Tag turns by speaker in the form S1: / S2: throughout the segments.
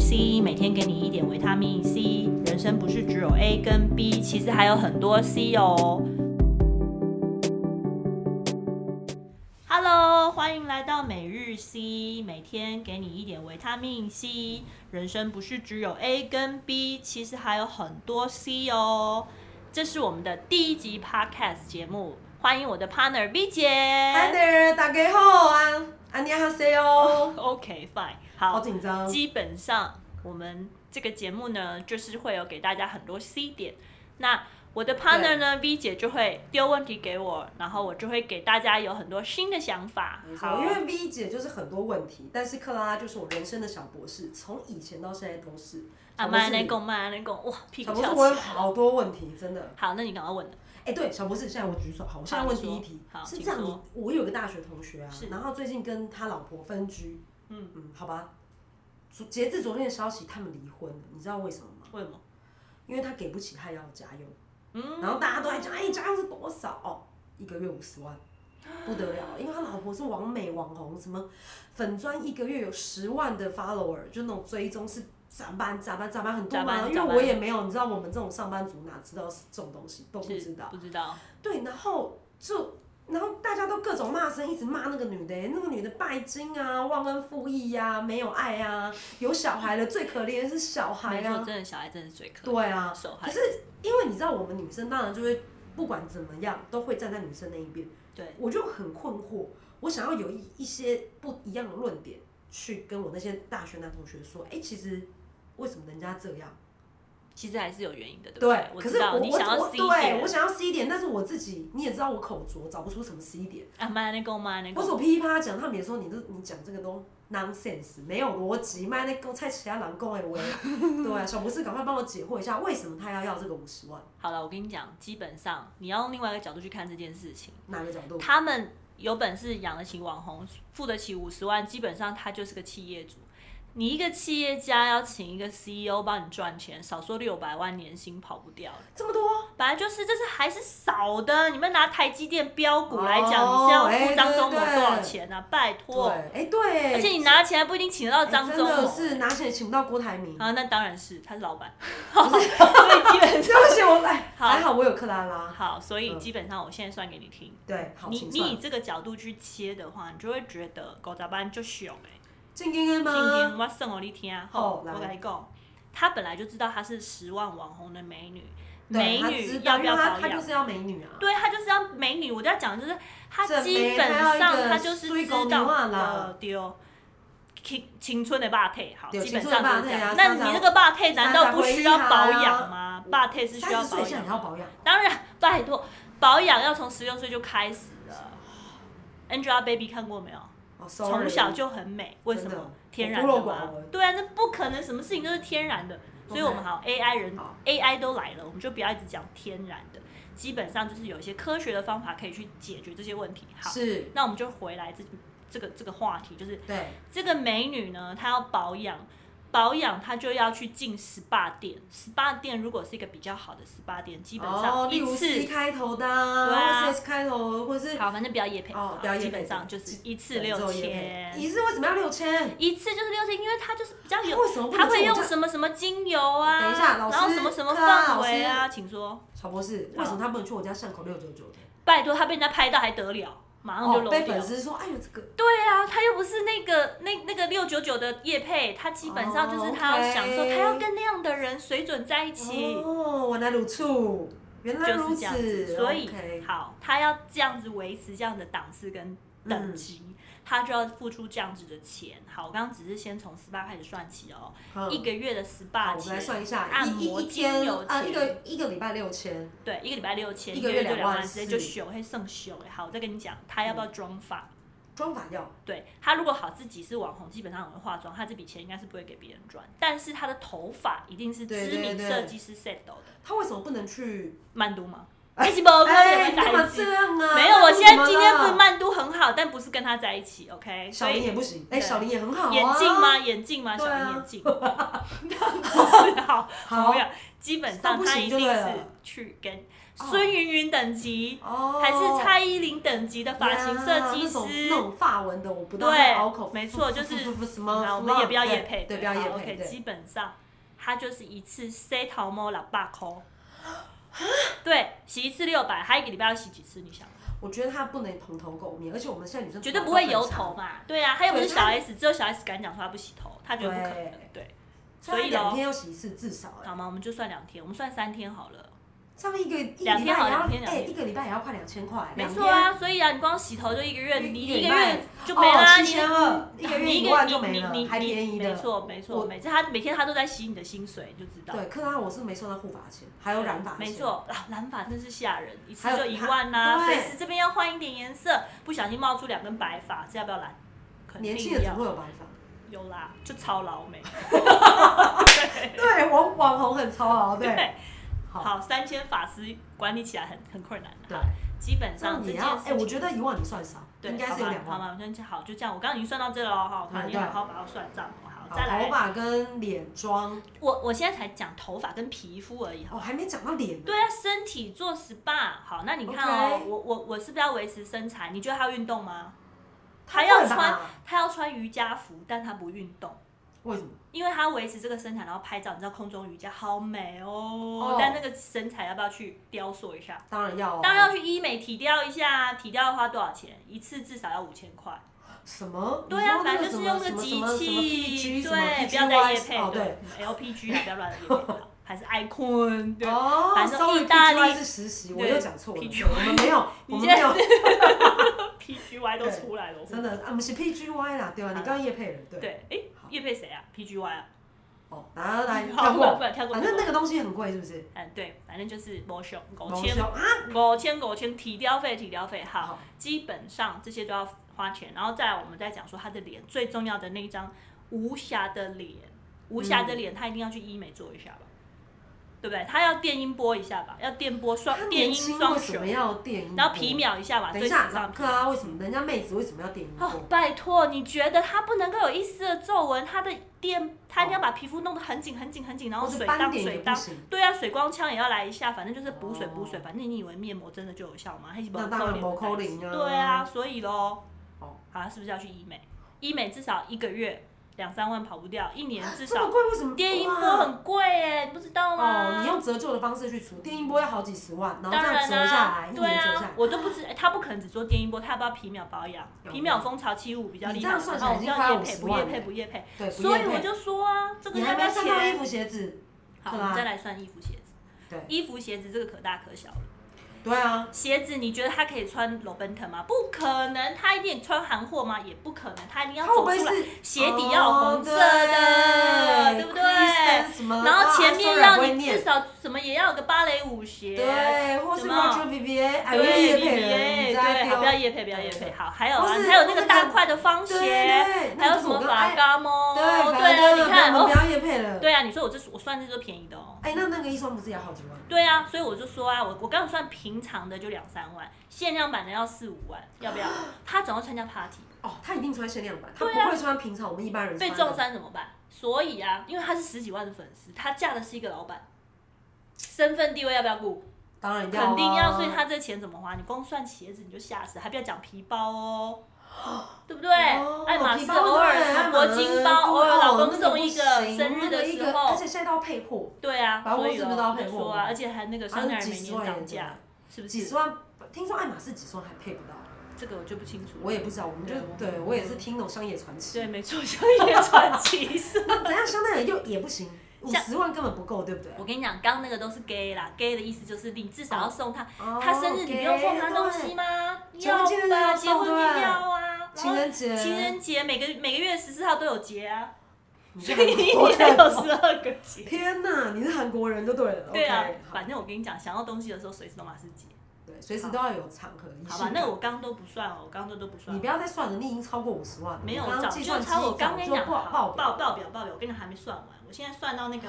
S1: 天给你一点维他命 C，人生不是只有 A 跟 B，其实还有很多 C 哦。Hello，欢迎来到每日 C，每天给你一点维他命 C。人生不是只有 A 跟 B，其实还有很多 C 哦。这是我们的第一集 Podcast 节目，欢迎我的 partner B 姐。
S2: 嗨there，大家好啊，安妮哈塞哦，
S1: OK fine，
S2: 好
S1: 好，
S2: 紧张，
S1: 基本上我们这个节目呢，就是会有给大家很多 C 点。那我的 partner 呢，V 姐就会丢问题给我，然后我就会给大家有很多新的想法
S2: 没。错
S1: 好，
S2: 因为 V 姐就是很多问题，但是克拉拉就是我人生的小博士，从以前到现在都是。
S1: 啊，
S2: 小博
S1: 慢
S2: 士
S1: 来讲，慢来讲，哇，屁
S2: 小
S1: 股
S2: 博士
S1: 翘
S2: 我有
S1: 起来。
S2: 好多问题，真的。
S1: 好，那你赶快问了。
S2: 哎、对，小博士，现在我举手，好，我现在
S1: 好
S2: 问
S1: 你
S2: 第
S1: 说
S2: 一题
S1: 好，
S2: 是
S1: 请
S2: 这样，
S1: 说
S2: 你我有个大学同学啊
S1: 是，
S2: 然后最近跟他老婆分居，
S1: 嗯
S2: 嗯，好吧。昨截至昨天的消息，他们离婚了，你知道为什么吗？
S1: 为什么？
S2: 因为他给不起他要的家用，
S1: 嗯，
S2: 然后大家都在讲，哎、家用是多少？哦，一个月五十万，不得 了，因为他老婆是网美网红，什么粉砖一个月有十万的 follower，就那种追踪是涨班涨班涨班很多
S1: 涨
S2: 嘛，
S1: 班
S2: 因
S1: 涨班
S2: 为我也没有，你知道我们这种上班族哪知道是这种东西都不
S1: 是
S2: 知道，
S1: 不知道。
S2: 对，然后就。然后大家都各种骂声，一直骂那个女的、那个女的拜金啊，忘恩负义呀、没有爱啊，有小孩了，最可怜的是小孩
S1: 没错，
S2: 啊，
S1: 真的小孩真的是最可
S2: 对啊，
S1: 受害
S2: 可。是因为你知道，我们女生当然就会不管怎么样，都会站在女生那一边。
S1: 对，
S2: 我就很困惑，我想要有一一些不一样的论点去跟我那些大学男同学说，哎、其实为什么人家这样？
S1: 其实还是有原因的，对不对？我
S2: 可
S1: 知
S2: 是
S1: 道
S2: 我
S1: 你想
S2: 我
S1: 要
S2: 我
S1: C
S2: 对我
S1: 点，
S2: 想要 C 点，但是我自己你也知道我口拙，找不出什么 C 点，
S1: 啊，慢来讲，慢来
S2: 我
S1: 讲。
S2: 所噼啪讲，他们也说你这你讲这个都 nonsense，没有逻辑，卖那个菜其他狼公哎喂，对啊，小博士赶快帮我解惑一下，为什么他要要这个五十万？
S1: 好了，我跟你讲，基本上你要用另外一个角度去看这件事情。
S2: 哪个角度？
S1: 他们有本事养得起网红，付得起五十万，基本上他就是个企业主。你一个企业家要请一个 CEO 帮你赚钱，少说六百万年薪跑不掉。
S2: 这么多？
S1: 本来就是，这是还是少的。你们拿台积电标股来讲，你
S2: 哦
S1: 是要付张忠谋
S2: 哎对对
S1: 多少钱啊？拜
S2: 对，
S1: 托，
S2: 哎、对，哎
S1: 而且你拿钱还不一定请得到张忠
S2: 真的
S1: 谋。
S2: 是拿起来请不到郭台铭，
S1: 啊，那当然是，他是老板。 所以基本
S2: 对不起，我哎，
S1: 好
S2: 还好我有克拉拉，
S1: 好，所以基本上我现在算给你听。
S2: 对，好，
S1: 你
S2: 请
S1: 你以
S2: 算，
S1: 这个角度去切的话，你就会觉得狗杂班就熊哎、
S2: 静静的
S1: 今
S2: 吗？
S1: 天我送给你听啊，
S2: 好
S1: 吼，我
S2: 来
S1: 跟你讲，她本来就知道她是十万网红的美女，
S2: 对
S1: 美
S2: 他
S1: 女
S2: 知道，
S1: 要
S2: 因
S1: 不
S2: 为
S1: 要
S2: 他
S1: 保
S2: 他就
S1: 养？
S2: 是要美女啊，
S1: 对，她就是要美女。我在讲的就是，她
S2: 这
S1: 基
S2: 美
S1: 本
S2: 她要一
S1: 上
S2: 个
S1: 她就是
S2: 水
S1: 知
S2: 狗
S1: 道
S2: 牛啊啦
S1: 的丢。青青春的霸退，好，
S2: 对
S1: 基本
S2: 青春的
S1: 上就是这
S2: 霸退啊
S1: 样。
S2: 三
S1: 那
S2: 十
S1: 你这个霸退难道不需要保养吗？霸退是需
S2: 三
S1: 要
S2: 十
S1: 保
S2: 岁以下
S1: 养
S2: 也要保养，
S1: 当然，拜托，保养要从十六岁就开始了。Angelababy 看过没有？
S2: 哦，sorry，
S1: 从小就很美，为什
S2: 真的
S1: 么？天然
S2: 我
S1: 的
S2: 孤陋寡
S1: 吗
S2: 闻？
S1: 对啊，那不可能，什么事情都是天然的。所以我们好 AI 人
S2: 好
S1: AI 都来了，我们就不要一直讲天然的，基本上就是有一些科学的方法可以去解决这些问题。好，
S2: 是，
S1: 那我们就回来这这个这个话题，就是
S2: 对，
S1: 这个美女呢，她要保养，保养她就要去进 SPA 店，SPA 店如果是一个比较好的 SPA 店，基本
S2: 哦
S1: 上
S2: 例
S1: 一
S2: 如
S1: 次
S2: C 开头的
S1: 对
S2: 啊，
S1: 啊
S2: 或是 S 开头，或是
S1: 好，反正不要夜配，
S2: 哦
S1: 好，
S2: 不要业
S1: 基
S2: 配
S1: 本上就是一次
S2: 对
S1: 六
S2: 只有业配
S1: 千，
S2: 一次为什么要六千？
S1: 一次就是六千，因为它就是比较有，
S2: 为什么不
S1: 它
S2: 能
S1: 会
S2: 像我
S1: 用
S2: 这样？
S1: 什么什么精油啊，
S2: 等一下老师
S1: 然后什么什么
S2: 克拉
S1: 范
S2: 老
S1: 围
S2: 师
S1: 啊，请说。
S2: 小博士，为什么他不能去我家巷口六九九的？
S1: 拜托，他被人家拍到还得了？马上就
S2: 哦，
S1: 漏
S2: 被
S1: 掉。
S2: 粉丝说，哎呦这个，
S1: 对啊，他又不是那个那那个六九九的叶配，他基本上就是他要享受，
S2: 哦，OK
S1: 他要跟那样的人水准在一起。
S2: 哦，原来如此，原来
S1: 就
S2: 如
S1: 是这样子，
S2: 此，
S1: 所以
S2: OK
S1: 好，他要这样子维持这样的档次跟等
S2: 嗯
S1: 级，他就要付出这样子的钱。好，我刚刚只是先从 SPA 开始算起哦，
S2: 好
S1: 一个月的 SPA
S2: 嗯好，我们来
S1: 钱，
S2: 算一下，
S1: 按
S2: 一
S1: 摩
S2: 一一
S1: 精
S2: 天
S1: 油
S2: 啊，
S1: 钱
S2: 一个一个礼拜六千，
S1: 对，一个礼拜六千，
S2: 一
S1: 个
S2: 个
S1: 月
S2: 月
S1: 就两
S2: 两
S1: 万，
S2: 万
S1: 直
S2: 四嗯
S1: 接就修，会剩修。哎，好，我再跟你讲，他要不要妆发？
S2: 妆发要
S1: 对他如果好自己是网红，基本上有人化妆，他这笔钱应该是不会给别人赚，但是他的头发一定是
S2: 对
S1: 知名
S2: 对对
S1: 设计师 set 到的，
S2: 他为什么不能去？
S1: 曼都吗？哎，是不哥也
S2: 你干
S1: 会
S2: 嘛
S1: 打
S2: 这样啊？
S1: 没有，
S2: 那
S1: 我
S2: 你
S1: 现在
S2: 怎么
S1: 今天
S2: 了
S1: 不曼都很好，但不是跟他在一起，OK？所
S2: 小林
S1: 以
S2: 也不行，哎，
S1: 对
S2: 小林也很好啊。
S1: 眼镜？吗？眼镜吗？小
S2: 对啊
S1: 林眼 镜，不是好，
S2: 好
S1: 没，有，基本
S2: 那
S1: 上
S2: 不
S1: 他
S2: 行
S1: 一
S2: 就
S1: 定
S2: 对
S1: 是
S2: 了
S1: 去跟
S2: 哦
S1: 孙云云等级，
S2: 哦，
S1: 还是蔡依林等级的发型设计
S2: 呀那种
S1: 师
S2: 那。种发纹的，我不
S1: 对
S2: 大会拗口，
S1: 没错
S2: 什么
S1: 就是
S2: 什么什么，
S1: 那我们也不要夜配，
S2: 对，对不要夜
S1: 好，OK，
S2: 配，对。
S1: 基本上它就是一次洗头毛六百块。 对，洗一次六百，他一个礼拜要洗几次？你想，
S2: 我觉得他不能蓬头垢面，而且我们现在女生
S1: 绝对
S2: 头
S1: 不
S2: 发
S1: 会
S2: 哦都
S1: 油
S2: 很长
S1: 头，嘛？对啊，他又不是
S2: 对
S1: 小
S2: 他
S1: S，只有小 S 敢讲说他不洗头，他觉得不可能。对，
S2: 所
S1: 所
S2: 以
S1: 以
S2: 两
S1: 咯
S2: 天要洗一次至少、欸。
S1: 好吗？我们就算两天，我们算三天好了。
S2: 上一个一个礼拜
S1: 两
S2: 也
S1: 天好
S2: 要
S1: 两天两
S2: 哎、
S1: 天
S2: 一个礼拜也要快两千块，
S1: 没
S2: 两
S1: 错
S2: 天
S1: 啊，所以啊，你光洗头就一个月，
S2: 一
S1: 你
S2: 一个
S1: 一个
S2: 礼拜
S1: 月就没了啊，
S2: 哦
S1: 你
S2: 7200一个月
S1: 你
S2: 一万就没了
S1: 你你
S2: 还便宜的
S1: 没错没错，
S2: 我
S1: 每次他每天他都在洗你的薪水，你就知道。
S2: 对，可是他我是没收到护发钱，还有染发钱。
S1: 没，错，啊，染发真是吓人，一次
S2: 还有
S1: 就一万呐、
S2: 它
S1: 随
S2: 对
S1: 时这边要换一点颜色，不小心冒出两根白发，这要不要染？肯
S2: 年
S1: 定
S2: 轻人怎
S1: 要
S2: 么，会有白发？
S1: 有啦，就操劳美。
S2: 对，网网红很操劳，哦 对。
S1: 对，
S2: 好，
S1: 好，三千法师管理起来很很困难的，
S2: 对
S1: 好基本
S2: 这样
S1: 上这
S2: 你
S1: 件
S2: 要，
S1: 事
S2: 哎，
S1: 情。
S2: 我觉得一万你算少，
S1: 对，
S2: 应该是有两
S1: 好
S2: 万。
S1: 吧，好吧，那好，就这样。我刚刚已经算到这了哦，好，
S2: 嗯
S1: 你
S2: 对
S1: 好好把它算账哦，好，
S2: 好
S1: 再来
S2: 头。发跟脸妆，
S1: 我我现在才讲头发跟皮肤而已，好
S2: 哦，
S1: 吧。
S2: 还没讲到脸呢。
S1: 对啊，身体做 SPA，好，那你看哦
S2: OK
S1: 我我我是不是要维持身材？你觉得他运动吗？
S2: 他
S1: 他
S2: 会
S1: 要
S2: 吧
S1: 穿他要穿瑜伽服，但他不运动，
S2: 为什么？
S1: 因为他维持这个身材，然后拍照，你知道空中瑜伽好美哦。
S2: 哦
S1: 但那个身材要不要去雕塑一下？
S2: 当然要哦。
S1: 当然要去医美体雕一下，体雕要花多少钱？一次至少要五千块。
S2: 什么？
S1: 对啊，
S2: 你说那
S1: 反
S2: 个
S1: 正就是
S2: 什
S1: 用
S2: 么
S1: 个
S2: 什么
S1: 机
S2: 什么
S1: 器，
S2: 什么 PG 什么
S1: 对，
S2: PG
S1: 不要再夜
S2: wise，
S1: 配，
S2: 哦对。
S1: ，LPG 啊，不要乱夜配， 好还是 Icon，对。
S2: 哦，
S1: 反正
S2: sorry，
S1: 意大利
S2: PGY 是实习，我
S1: 对
S2: 又讲错了，
S1: PGY
S2: 我们没 有，我
S1: 你
S2: 们
S1: 现
S2: 没
S1: 在
S2: 有，
S1: PGY 都出来了，
S2: 真的，啊，我们是 PGY 啦，对啊吧？你刚刚叶配了，对，
S1: 对，哎，叶配谁啊？PGY 啊，
S2: 哦，来来
S1: 好
S2: 跳
S1: 不然
S2: 过
S1: 不，然跳过，
S2: 反正那个东西很贵，是不是？
S1: 嗯对，反正就是五千五
S2: 毛
S1: 千
S2: 修啊，
S1: 五千五千体雕费体雕费，好
S2: 好，
S1: 基本上这些都要花钱，然后再来我们再讲说他的脸最重要的那一张无瑕的脸，无瑕的脸他一定要去医美做一下吧。对不对？他要电音波一下吧，要电波双
S2: 他
S1: 电
S2: 年
S1: 音
S2: 轻
S1: 双
S2: 为什
S1: 雄
S2: 么，要电音波？
S1: 然后皮秒一下吧，
S2: 等
S1: 最
S2: 一
S1: 时
S2: 下，
S1: 尚
S2: 老
S1: 皮
S2: 克啊，为什么人家妹子为什么要电音
S1: 哦
S2: 波？，
S1: 拜托，你觉得它不能够有一丝的皱纹，它的电，它一定要把皮肤弄得很紧、很紧、很紧，然后
S2: 哦或是
S1: 水
S2: 斑
S1: 当
S2: 点
S1: 水
S2: 也不
S1: 当，
S2: 行，
S1: 对啊，水光枪也要来一下，反正就是补水
S2: 哦
S1: 补水，反正你以为面膜真的就有效吗？还是
S2: 那当然
S1: 不
S2: 没
S1: 扣
S2: 可
S1: 零
S2: 能
S1: 的
S2: 啊
S1: 对啊，所以咯，
S2: 哦
S1: 啊，是不是要去医美？医美至少一个月两三万跑不掉，一年至
S2: 这么
S1: 少
S2: 贵，为什么？
S1: 电音波
S2: 哇
S1: 很贵啊耶，你不知道
S2: 哦，
S1: 吗？
S2: 你用折旧的方式去除，电音波要好几十万，然后
S1: 当
S2: 这样
S1: 然
S2: 折
S1: 啦、
S2: 下来，一
S1: 对
S2: 年折
S1: 啊
S2: 下，
S1: 我都不知、哎他不可能只做电音波，他要不要皮秒保养？
S2: 有啊
S1: 皮秒风潮器物比较厉害，
S2: 你这样算起来
S1: 哦
S2: 已经
S1: 要
S2: 快
S1: 业
S2: 要
S1: 配
S2: 50
S1: 不
S2: 万
S1: 业
S2: 了
S1: 配不业配，
S2: 来，对，不
S1: 啊所以
S2: 业配
S1: 我就说啊，这个
S2: 你
S1: 要
S2: 还
S1: 不
S2: 没
S1: 要
S2: 有算到衣
S1: 钱？
S2: 服鞋子，
S1: 好，
S2: 对
S1: 我
S2: 吧
S1: 们再来算衣服鞋子。
S2: 对
S1: 衣服鞋子这个可大可小了。
S2: 对啊，
S1: 鞋子你觉得他可以穿 l o b e n t o n 吗？不可能，他一定穿韩货吗？也不可能，他一定要
S2: 它会
S1: 走
S2: 不会
S1: 出来，
S2: 是
S1: 鞋底要有红色的，
S2: 哦
S1: 对
S2: 对
S1: 不对？
S2: Kristen 什么啊
S1: 然后前面要你至
S2: 念
S1: 少什么也要有个芭蕾舞鞋，
S2: 对，或是
S1: 有没有
S2: Roger Vivier，哎，
S1: 对
S2: 叶
S1: 你
S2: 配人，
S1: 别
S2: 你
S1: 对，
S2: 在
S1: 好，
S2: 丢
S1: 不要叶配，不要叶配。好，还有
S2: 或
S1: 啊，
S2: 是
S1: 还有那
S2: 那
S1: 个
S2: 个
S1: 大块的方
S2: 对
S1: 鞋，
S2: 对
S1: 还有什么发
S2: 膏？
S1: 嘎猫，
S2: 哎对，
S1: 对啊，你看
S2: 我们
S1: 哦，
S2: 不要叶配了。
S1: 对啊，你说我这我算这都便宜的哦。
S2: 哎，那那个一双不是也好几万？
S1: 对啊，所以我就说啊，我我刚刚算平常的就两三万，限量版的要四五万，要不要？他总要参加 party，
S2: 哦，他一定穿限量版，他
S1: 对啊
S2: 不会穿平常我们一般人
S1: 被
S2: 穿
S1: 撞
S2: 的。
S1: 衫怎么办？所以啊，因为他是十几万的粉丝，他嫁的是一个老板，身份地位要不要顾？
S2: 当然要啊，
S1: 肯定要，所以他这钱怎么花？你光算鞋子你就吓死，还不要讲皮包哦，对不对？
S2: 哦
S1: 爱马
S2: 皮
S1: 仕
S2: 包
S1: 偶尔
S2: 对
S1: 什
S2: 爱
S1: 么
S2: 马
S1: 铂金包，
S2: 仕哦
S1: 偶尔老公
S2: 那个
S1: 送一
S2: 不
S1: 个
S2: 行
S1: 生日
S2: 那
S1: 的
S2: 个一
S1: 时
S2: 个
S1: 候
S2: 而，且现在都要配货，
S1: 对啊，
S2: 百货
S1: 所以
S2: 是
S1: 哦
S2: 不是都要
S1: 我
S2: 配
S1: 就
S2: 货
S1: 说啊，而且还那个
S2: 好
S1: 香
S2: 像
S1: 奈儿
S2: 是几
S1: 每
S2: 十
S1: 年
S2: 万
S1: 涨
S2: 元
S1: 价
S2: 的，，
S1: 是不
S2: 几
S1: 是
S2: 十？万，听说爱马仕几十万还配不到，
S1: 这个我就不清楚。
S2: 我也不知道，我们就
S1: 对
S2: 对我也是听那种商业传奇。
S1: 对，没错，香叶传奇 是。
S2: 那 怎样香奈儿又也不行，五
S1: 像
S2: 十万根本不够，对不对？
S1: 我跟你讲，刚刚那个都是 gay 啦，gay 的意思就是你至少要送他，
S2: 哦
S1: 他生日你不用送他东西
S2: 对
S1: 吗？
S2: 结婚
S1: 要
S2: 纪念日
S1: 吧，
S2: 要
S1: 结
S2: 送
S1: 婚
S2: 对
S1: 一定要啊，然
S2: 情
S1: 后
S2: 人节，
S1: 情人节每个每个月十四号都有节啊，
S2: 你
S1: 所
S2: 是
S1: 以
S2: 韩
S1: 一年
S2: 国
S1: 有
S2: 人
S1: 十二个 节。
S2: 天哪，你是韩国人就对了。
S1: 对啊
S2: OK，，好
S1: 反正我跟你讲，想要东西的时候随时都马是节，
S2: 对，随时都要有场合仪式
S1: 好吧？
S2: 感。
S1: 那个我刚刚都不算哦，我刚刚都都不算
S2: 你。不要再算了，你已经超过五十万了。
S1: 没有
S2: 我刚
S1: 早
S2: 刚计
S1: 就
S2: 算机
S1: 超我刚
S2: 早
S1: 跟你
S2: 就
S1: 讲
S2: 爆
S1: 好
S2: 爆
S1: 报
S2: 表。
S1: 报表报表，我跟你讲还没算完，我现在算到 那个，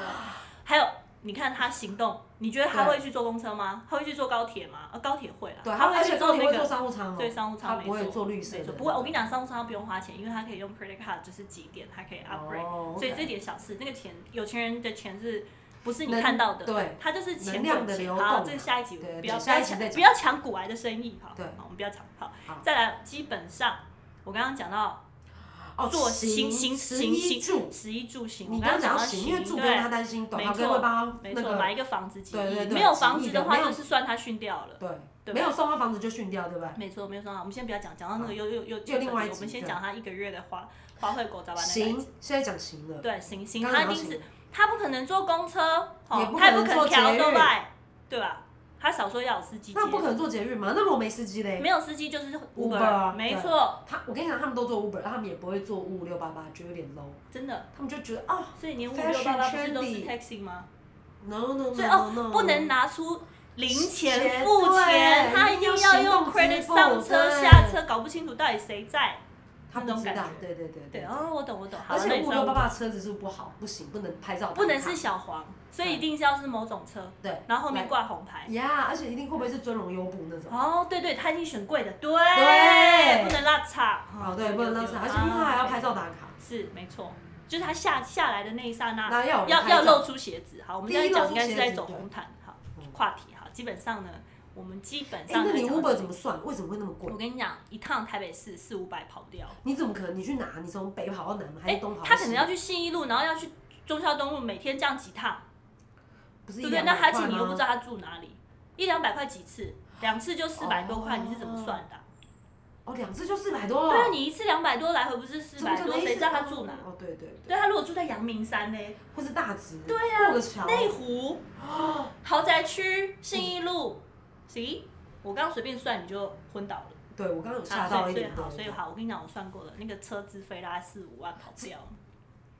S1: 还有你看他行动，你觉得他
S2: 对
S1: 会去坐公车吗？他会去坐高铁吗？啊，高铁会啦，
S2: 对，
S1: 他
S2: 而
S1: 会去
S2: 且高
S1: 坐
S2: 铁
S1: 那
S2: 会坐
S1: 个。
S2: 商务舱哦，
S1: 对商务
S2: 他
S1: 舱没
S2: 不会
S1: 错
S2: 做绿色
S1: 没
S2: 的。
S1: 错，不过我跟你讲，商务舱不用花钱，因为他可以用 credit card，就是几点他可以 upgrade，、
S2: 哦，OK
S1: 所以这点小事，那个钱，有钱人的钱是不是你
S2: 能
S1: 看到的？
S2: 对，
S1: 他就是钱
S2: 能量
S1: 滚
S2: 的
S1: 钱
S2: 流
S1: 好，
S2: 动
S1: 这个下一集
S2: 对
S1: 不要
S2: 对
S1: 不要
S2: 下一集
S1: 抢，
S2: 再讲
S1: 不要抢古玩的生意，好，
S2: 对
S1: 好我们不要抢。好
S2: 好，
S1: 再来，基本上我刚刚讲到
S2: 哦，
S1: 做
S2: 行
S1: 行行
S2: 食
S1: 行
S2: 衣
S1: 行
S2: 住，
S1: 食衣住行。
S2: 你
S1: 我
S2: 刚
S1: 刚
S2: 刚讲
S1: 讲
S2: 到
S1: 到
S2: 行，因为住不用
S1: 对
S2: 他，担心，董
S1: 没
S2: 涛哥会帮他
S1: 没
S2: 那
S1: 错，
S2: 个
S1: 买一个房子几
S2: 对对
S1: 亿，
S2: 对
S1: 没有
S2: 几
S1: 房
S2: 亿
S1: 子
S2: 的
S1: 的话
S2: 没有
S1: 就是算他训掉了。
S2: 对，
S1: 对
S2: 没有送到房子就训掉，对不对？
S1: 没错，没有说好，我们先不要讲，讲到那个又又又
S2: 就另外一集
S1: 我们先
S2: 对
S1: 讲他一个月的花花卉狗杂吧那个。
S2: 行，现在讲行了，
S1: 对，行行，
S2: 刚
S1: 他
S2: 刚
S1: 一
S2: 聊
S1: 定
S2: 行
S1: 是他不可能坐公车，
S2: 也
S1: 哦
S2: 不，可
S1: 他也
S2: 能
S1: 不可
S2: 坐
S1: 能调
S2: 捷
S1: 都
S2: 运
S1: 外，对吧？他少说要有司机接
S2: 那，不可能坐捷运嘛？那如果没司机嘞？
S1: 没有司机就是
S2: Uber，
S1: Uber，没啊
S2: 对
S1: 错，
S2: 他，我跟你讲，他们都做 Uber，他们也不会做五五六八八，觉得有点 low，
S1: 真的。
S2: 他们就觉得啊
S1: 所以连五
S2: Fashion
S1: 六八八不是都是
S2: trendy
S1: taxi 吗？
S2: ，no no no
S1: 所以哦
S2: no，no，
S1: 不能拿出零钱
S2: 钱
S1: 付钱，
S2: 对
S1: 他
S2: 一
S1: 一
S2: 定
S1: 定要
S2: 要行
S1: 用
S2: 动支
S1: credit
S2: 付
S1: 上车
S2: 对
S1: 下车，搞不清楚到底谁在。
S2: 他不
S1: 那种
S2: 知道
S1: 感，觉
S2: 对对对
S1: 对，哦，我懂我懂，好
S2: 而
S1: 那也
S2: 且五
S1: 算
S2: 六八
S1: Uber
S2: 八车子是不好，不行，不能拍照打卡，
S1: 不能是小黄，所以一定是要是某种车，
S2: 对，
S1: 然后后面挂红牌。
S2: 呀，而且一定会不会是尊荣优步那种？
S1: 哦，对对，他一定选贵的，对，
S2: 对
S1: 不能拉叉。
S2: 哦，对，不能浪费，而且
S1: 啊
S2: 因为他还要拍照打卡，
S1: 是没错，就是他下下来的那一刹那，
S2: 那要有人
S1: 啊要
S2: 拍
S1: 要
S2: 照
S1: 露出鞋子。好，我们现在
S2: 第一露
S1: 讲
S2: 出
S1: 应该是在
S2: 鞋子
S1: 走
S2: 对
S1: 红毯，好
S2: 嗯，
S1: 跨题好，基本上呢，我们基本
S2: 哎，
S1: 上
S2: 那
S1: 在
S2: 你
S1: 讲到
S2: Uber
S1: 这
S2: 怎么算？为什么会那么贵
S1: 我？跟你讲，一趟台北市四五百跑不掉。
S2: 你怎么可能？你去哪？你从北跑到南吗？还
S1: 哎
S2: 是东跑到西？
S1: 他可能要去信义路，然后要去忠孝东路，每天这样几趟，
S2: 不
S1: 对
S2: 是一
S1: 不对？
S2: 两
S1: 那
S2: 百
S1: 而
S2: 块
S1: 且你又不知道
S2: 吗？
S1: 他住哪里，一两百块几次，两次就四百多块，
S2: 哦
S1: 你是怎么算的啊？
S2: 哦，两次就四百多了。
S1: 对啊，你一次两百多来回不是四
S2: 怎么
S1: 百
S2: 可
S1: 多，
S2: 能一次
S1: 谁知道他住哪？
S2: 哦，对对对，
S1: 对啊他如果住在阳明山呢，
S2: 或是大直，对啊，过个桥，
S1: 内湖豪宅区信义路，行，我刚刚随便算你就昏倒了。
S2: 对我刚刚有吓
S1: 啊
S2: 到
S1: 所以所
S2: 一
S1: 以
S2: 点，
S1: 好，
S2: 对
S1: 所以好，我跟你讲，我算过了，那个车资费大概四五万跑不掉。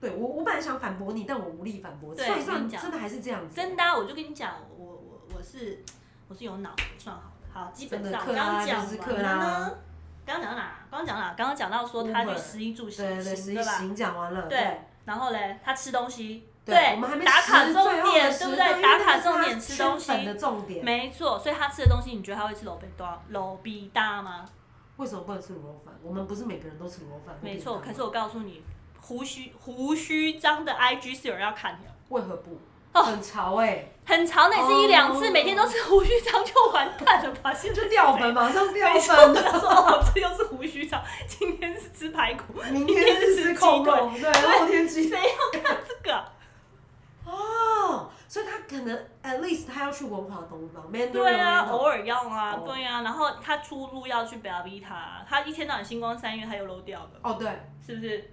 S2: 对我我本来想反驳你，但我无力反驳，
S1: 对
S2: 算一
S1: 我跟
S2: 算
S1: 你讲
S2: 真的还是这样子，
S1: 真的啊、我就跟你讲，我我我是我是有脑的算好的，好，基本
S2: 真的
S1: 上我
S2: 克
S1: 刚
S2: 拉
S1: 刚讲
S2: 就是啊
S1: 完
S2: 克
S1: 了
S2: 拉
S1: 呢，刚刚讲到哪？刚刚讲到哪？刚刚讲到说他去
S2: Uber
S1: 食衣住行，
S2: 对对对，十
S1: 行
S2: 一
S1: 对吧？
S2: 行讲完了，
S1: 对，然后嘞，他吃东西，
S2: 对，我们还没
S1: 打卡
S2: 十
S1: 重
S2: 最后的
S1: 点，
S2: 十
S1: 对不
S2: 因为
S1: 对？打
S2: 那
S1: 卡
S2: 个是
S1: 重
S2: 他
S1: 点吃
S2: 圈
S1: 东西
S2: 粉，的重点，
S1: 没错，所以他吃的东西，你觉得他会吃卤饼多卤比大吗？
S2: 为什么不能吃卤肉饭？我们不是每个人都吃卤肉饭，
S1: 没
S2: 我
S1: 错，
S2: 点
S1: 可
S2: 汤
S1: 是我告诉你，胡须胡须张的 IG 是有人要看的，
S2: 为何不？
S1: 哦
S2: 很潮哎，
S1: 很长的也是一两次，
S2: 哦
S1: 每天都是胡须张就完蛋了吧？现在
S2: 就掉粉，马上掉
S1: 没错，
S2: 粉，
S1: 他说哦，这又是胡须张，今天是吃排骨，
S2: 明天是吃控肉，对，后天鸡
S1: 谁要看这个？
S2: 哦，所以他可能 at least 他要去文华东方，Mandarin
S1: 对啊，
S2: Oriental
S1: 偶尔要啊，
S2: 哦
S1: 对啊，然后他出入要去 b e l v i t a 他一天到晚星光三月他又漏掉了，
S2: 哦对，
S1: 是不是？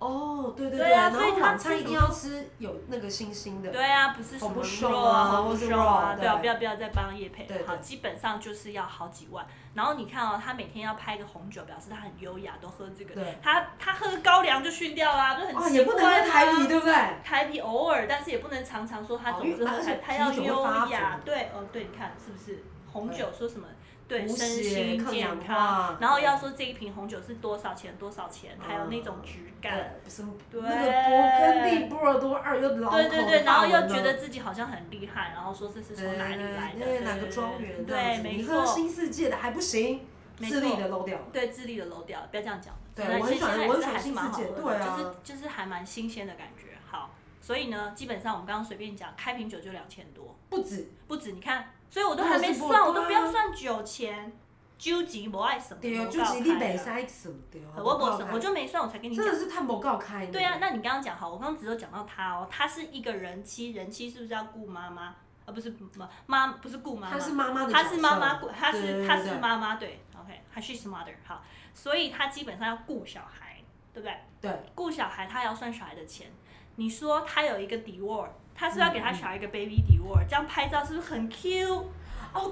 S2: 哦对对
S1: 对啊
S2: 然
S1: 所以
S2: 后
S1: 他
S2: 晚
S1: 吃
S2: 餐一
S1: 什
S2: 定
S1: 么
S2: 要吃有那个星星的，
S1: 对啊，不是什
S2: 好
S1: 么
S2: 不
S1: 肉
S2: 爽啊
S1: 好
S2: 或
S1: 不
S2: 是
S1: 爽啊，
S2: 肉
S1: 对啊，
S2: 对
S1: 不要不要再帮叶配
S2: 对
S1: 了，好，
S2: 对
S1: 基本上就是要好几万。然后你看哦，他每天要拍个红酒，表示他很优雅，都喝这个。
S2: 对，
S1: 他他喝高粱就训掉啦，就很
S2: 哦
S1: 奇
S2: 也不能
S1: 怪
S2: 在台
S1: 啊
S2: 啤，对不对？
S1: 台啤偶尔，但是也不能常常说他
S2: 哦
S1: 总
S2: 因为
S1: 之喝
S2: 而且
S1: 台，他要
S2: 啤酒会发
S1: 优雅
S2: 福。
S1: 对，哦，对，你看是不是红酒说什么？对，
S2: 补
S1: 身
S2: 血
S1: 心
S2: 抗
S1: 健
S2: 氧
S1: 康。
S2: 化，
S1: 然后要说这一瓶红酒是多少钱，多少钱，还有那种
S2: 嗯
S1: 质感。
S2: 对什么
S1: 对
S2: 那个勃艮第波尔多二又老口
S1: 对对对，
S2: 法
S1: 然后
S2: 文
S1: 又
S2: 呢
S1: 觉得自己好像很厉害，然后说这是从哪里来的，
S2: 对
S1: 对
S2: 哪个庄园这样
S1: 对，
S2: 子，
S1: 没
S2: 你喝
S1: 错，
S2: 新世界的还不行，
S1: 没
S2: 智利
S1: 错
S2: 的漏掉了。
S1: 对，智利的楼掉，不要这样讲。
S2: 对
S1: 那
S2: 我很
S1: 现
S2: 喜欢
S1: 现在
S2: 我很
S1: 是
S2: 喜欢
S1: 还是蛮好
S2: 新世
S1: 喝的，
S2: 界对啊
S1: 就是就是还蛮新鲜的感觉。好，所以呢，基本上我们刚刚随便讲，开瓶酒就两千多，
S2: 不止
S1: 不止。你看，所以我都
S2: 那
S1: 还
S2: 是
S1: 没
S2: 不
S1: 算，我
S2: 对
S1: 都
S2: 啊
S1: 不要算酒钱，究极不爱什么，
S2: 对，
S1: 没
S2: 就
S1: 告
S2: 是你
S1: 开
S2: 北
S1: 啊
S2: 塞什么对，
S1: 我不什
S2: 没
S1: 我
S2: 告
S1: 就没算，我才跟
S2: 开
S1: 你
S2: 真
S1: 讲。
S2: 的是太没告开呢。
S1: 对啊，那你刚刚讲好，我刚刚只有讲到他哦，他是一个人妻，人妻是不是要顾妈妈？啊，不是妈妈，不是顾妈妈
S2: 她，是妈妈的角
S1: 她
S2: 色，
S1: 是妈妈顾，她
S2: 对对
S1: 是
S2: 对
S1: 她
S2: 对
S1: 是妈妈，对，OK，她 she's mother，好，所以她基本上要顾小孩，对不对？
S2: 对，
S1: 顾小孩，她要算小孩的钱。你说她有一个 Dior，她是不是要
S2: 嗯
S1: 给她小孩一个 baby Dior，、这样拍照是不是很 Q？
S2: 哦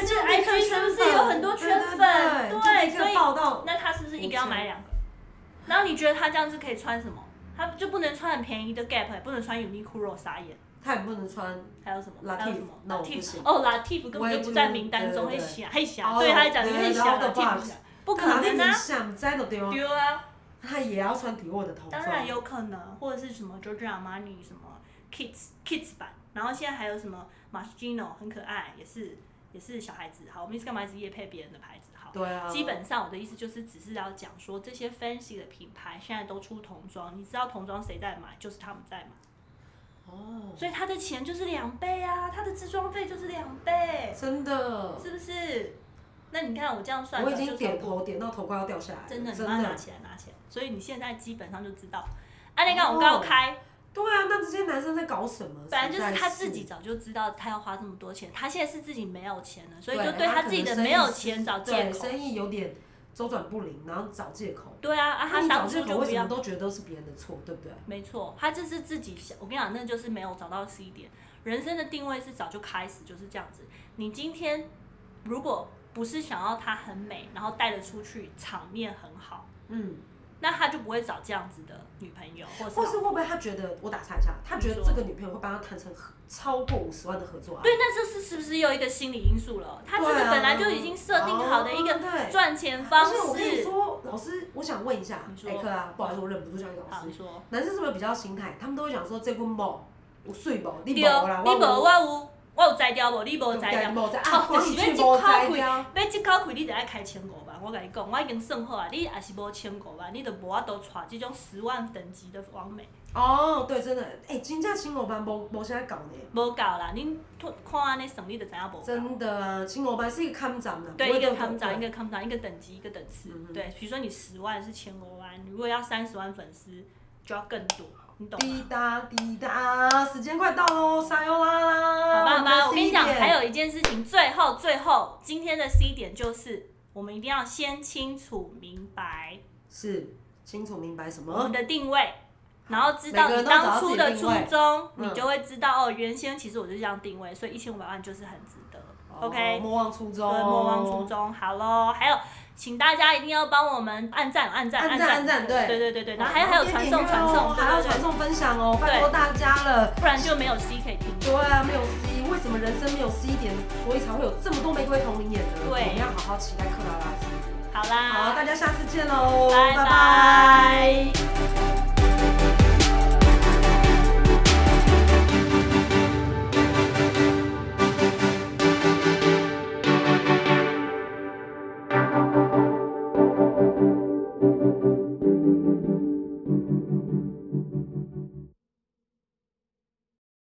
S1: 是不是
S2: 就立刻
S1: IG 是
S2: 圈
S1: 不是
S2: 粉
S1: 有很多
S2: 对
S1: 圈
S2: 对
S1: 粉对
S2: 对，就立刻
S1: 所以
S2: 报道
S1: 那她是不是一个要买
S2: 五千
S1: 两个？然后你觉得她这样子可以穿什么？她就不能穿很便宜的 Gap，也不能穿 Uniqlo，傻眼。
S2: 他也不能穿
S1: 还有什么？
S2: Latif，
S1: 还有什么？
S2: 那我
S1: Latif
S2: 不行
S1: 哦，Latif 根
S2: 我
S1: 本
S2: 也
S1: 就
S2: 不
S1: 不在名单中，还
S2: 对对对
S1: 想还想，
S2: 哦
S1: 对他来讲就
S2: 对
S1: 会想 Latif
S2: 然后的
S1: 不
S2: box
S1: 想，不可能
S2: 那
S1: 啊
S2: 你，想摘都丢，
S1: 丢啊！
S2: 他也要穿迪奥的头罩。
S1: 当然有可能，或者是什么 Giorgio Armani 什么 Kids Kids 版，然后现在还有什么 Margino 很可爱，也是也是小孩子。好，我们一直干嘛一直夜配别人的牌子？好。
S2: 对啊，
S1: 基本上我的意思就是，只是要讲说这些 fancy 的品牌现在都出童装，你知道童装谁在买，就是他们在买，
S2: 哦，
S1: 所以他的钱就是两倍啊，他的自装费就是两倍，
S2: 真的
S1: 是不是？那你看我这样算，
S2: 我已经
S1: 就
S2: 点
S1: 超过
S2: 头点到头快要掉下来了，
S1: 真的，你
S2: 真
S1: 把它拿
S2: 的。
S1: 起来，拿起来。所以你现在基本上就知道，
S2: 哦
S1: 啊，那个我刚要开，
S2: 对啊，那这些男生在搞什么？
S1: 本来就
S2: 实在
S1: 是他自己早就知道他要花这么多钱，他现在是自己没有钱了，所以就
S2: 对
S1: 对
S2: 他
S1: 他
S2: 可
S1: 自己
S2: 能
S1: 的
S2: 生
S1: 没
S2: 意
S1: 有
S2: 是
S1: 钱找借
S2: 对
S1: 口。
S2: 生意有点周转不灵，然后找借口。
S1: 对啊，啊，
S2: 那
S1: 他
S2: 你找
S1: 当初
S2: 借口
S1: 就
S2: 为
S1: 不
S2: 什
S1: 要
S2: 么都觉得都是别人的错，对不对？
S1: 没错，他这是自己想，我跟你讲，那就是没有找到 C 点。人生的定位是早就开始就是这样子。你今天如果不是想要她很美，然后带得出去，场面很好，
S2: 嗯，
S1: 那他就不会找这样子的女朋友，或
S2: 或
S1: 是
S2: 是会不会他觉得我打岔一下，他觉得
S1: 你说
S2: 这个女朋友会帮他谈成合超过五十万的合作案？
S1: 对，那这是是不是又一个心理因素了？他这
S2: 对
S1: 个
S2: 啊
S1: 本来就已经设定好的一
S2: 哦
S1: 个
S2: 对
S1: 赚钱方
S2: 而且我跟你
S1: 式。
S2: 说，老师，我想问一下
S1: 你，说
S2: 哎，克啊，不好意思，我忍不住想你老
S1: 好，
S2: 师
S1: 你，说
S2: 男生是不是比较心态？他们都会讲说这棍某我睡某，你
S1: 对，你
S2: 某啦，
S1: 无我
S2: 某
S1: 有啊我有摘掉无，你无摘掉哦
S2: 对，某在
S1: 好
S2: 啊，光
S1: 就是
S2: 你
S1: 要
S2: 去
S1: 这
S2: 某
S1: 口
S2: 摘
S1: 气
S2: 掉。
S1: 要即口开，你得爱开千五万。我甲你讲，我已经算好啊，你也是无千五万，你就无法度娶即种十万等级的完美，
S2: 哦，对，真的，哎、金价青楼班无无啥搞呢，
S1: 无够啦。恁看安尼算，你就知影无够。
S2: 真的啊，青楼班是一个看展啦，
S1: 对，一个看涨，一
S2: 个，
S1: 个看涨，一个等级，一个等次。
S2: 嗯哼
S1: 对，比如说你十万是千五万，如果要三十万粉丝，就要更多，你懂吗？
S2: 滴答滴答，时间快到喽，撒哟啦啦，
S1: 好吧，好吧，
S2: 啊们
S1: 我
S2: 的
S1: 跟你
S2: C
S1: 讲，
S2: 点
S1: 还有一件事情，最后最后，今天的 C 点就是，我们一定要先清楚明白
S2: 是清楚明白什
S1: 我们
S2: 么，
S1: 的定位，然后知
S2: 每
S1: 道
S2: 个
S1: 你
S2: 人都找
S1: 当
S2: 到自
S1: 初
S2: 己
S1: 的
S2: 定
S1: 初
S2: 位
S1: 衷，你
S2: 嗯
S1: 就会知道哦，原先其实我就这样定位，所以一千五百万就是很值得。
S2: 哦
S1: OK，
S2: 莫忘初
S1: 对，
S2: 衷，
S1: 莫忘初，衷，好喽。还有，请大家一定要帮我们按赞、按赞、
S2: 按赞
S1: 赞、
S2: 按赞
S1: 对
S2: 对哦
S1: 对对对。然后还有还有
S2: 点
S1: 传
S2: 点
S1: 送、
S2: 阅
S1: 传
S2: 哦
S1: 送，
S2: 还
S1: 对
S2: 要
S1: 对
S2: 传
S1: 对，
S2: 送分享哦，拜托
S1: 对
S2: 大家了。
S1: 不然就没有 C 可以听。
S2: 对啊，没有 C，为什么人生没有 C 点，所以才会有这么多玫瑰同龄眼呢？
S1: 对
S2: 我们要好好期待克拉拉斯。
S1: 好
S2: 好，
S1: 啦，
S2: 大家下次见喽，
S1: 拜
S2: 拜
S1: 拜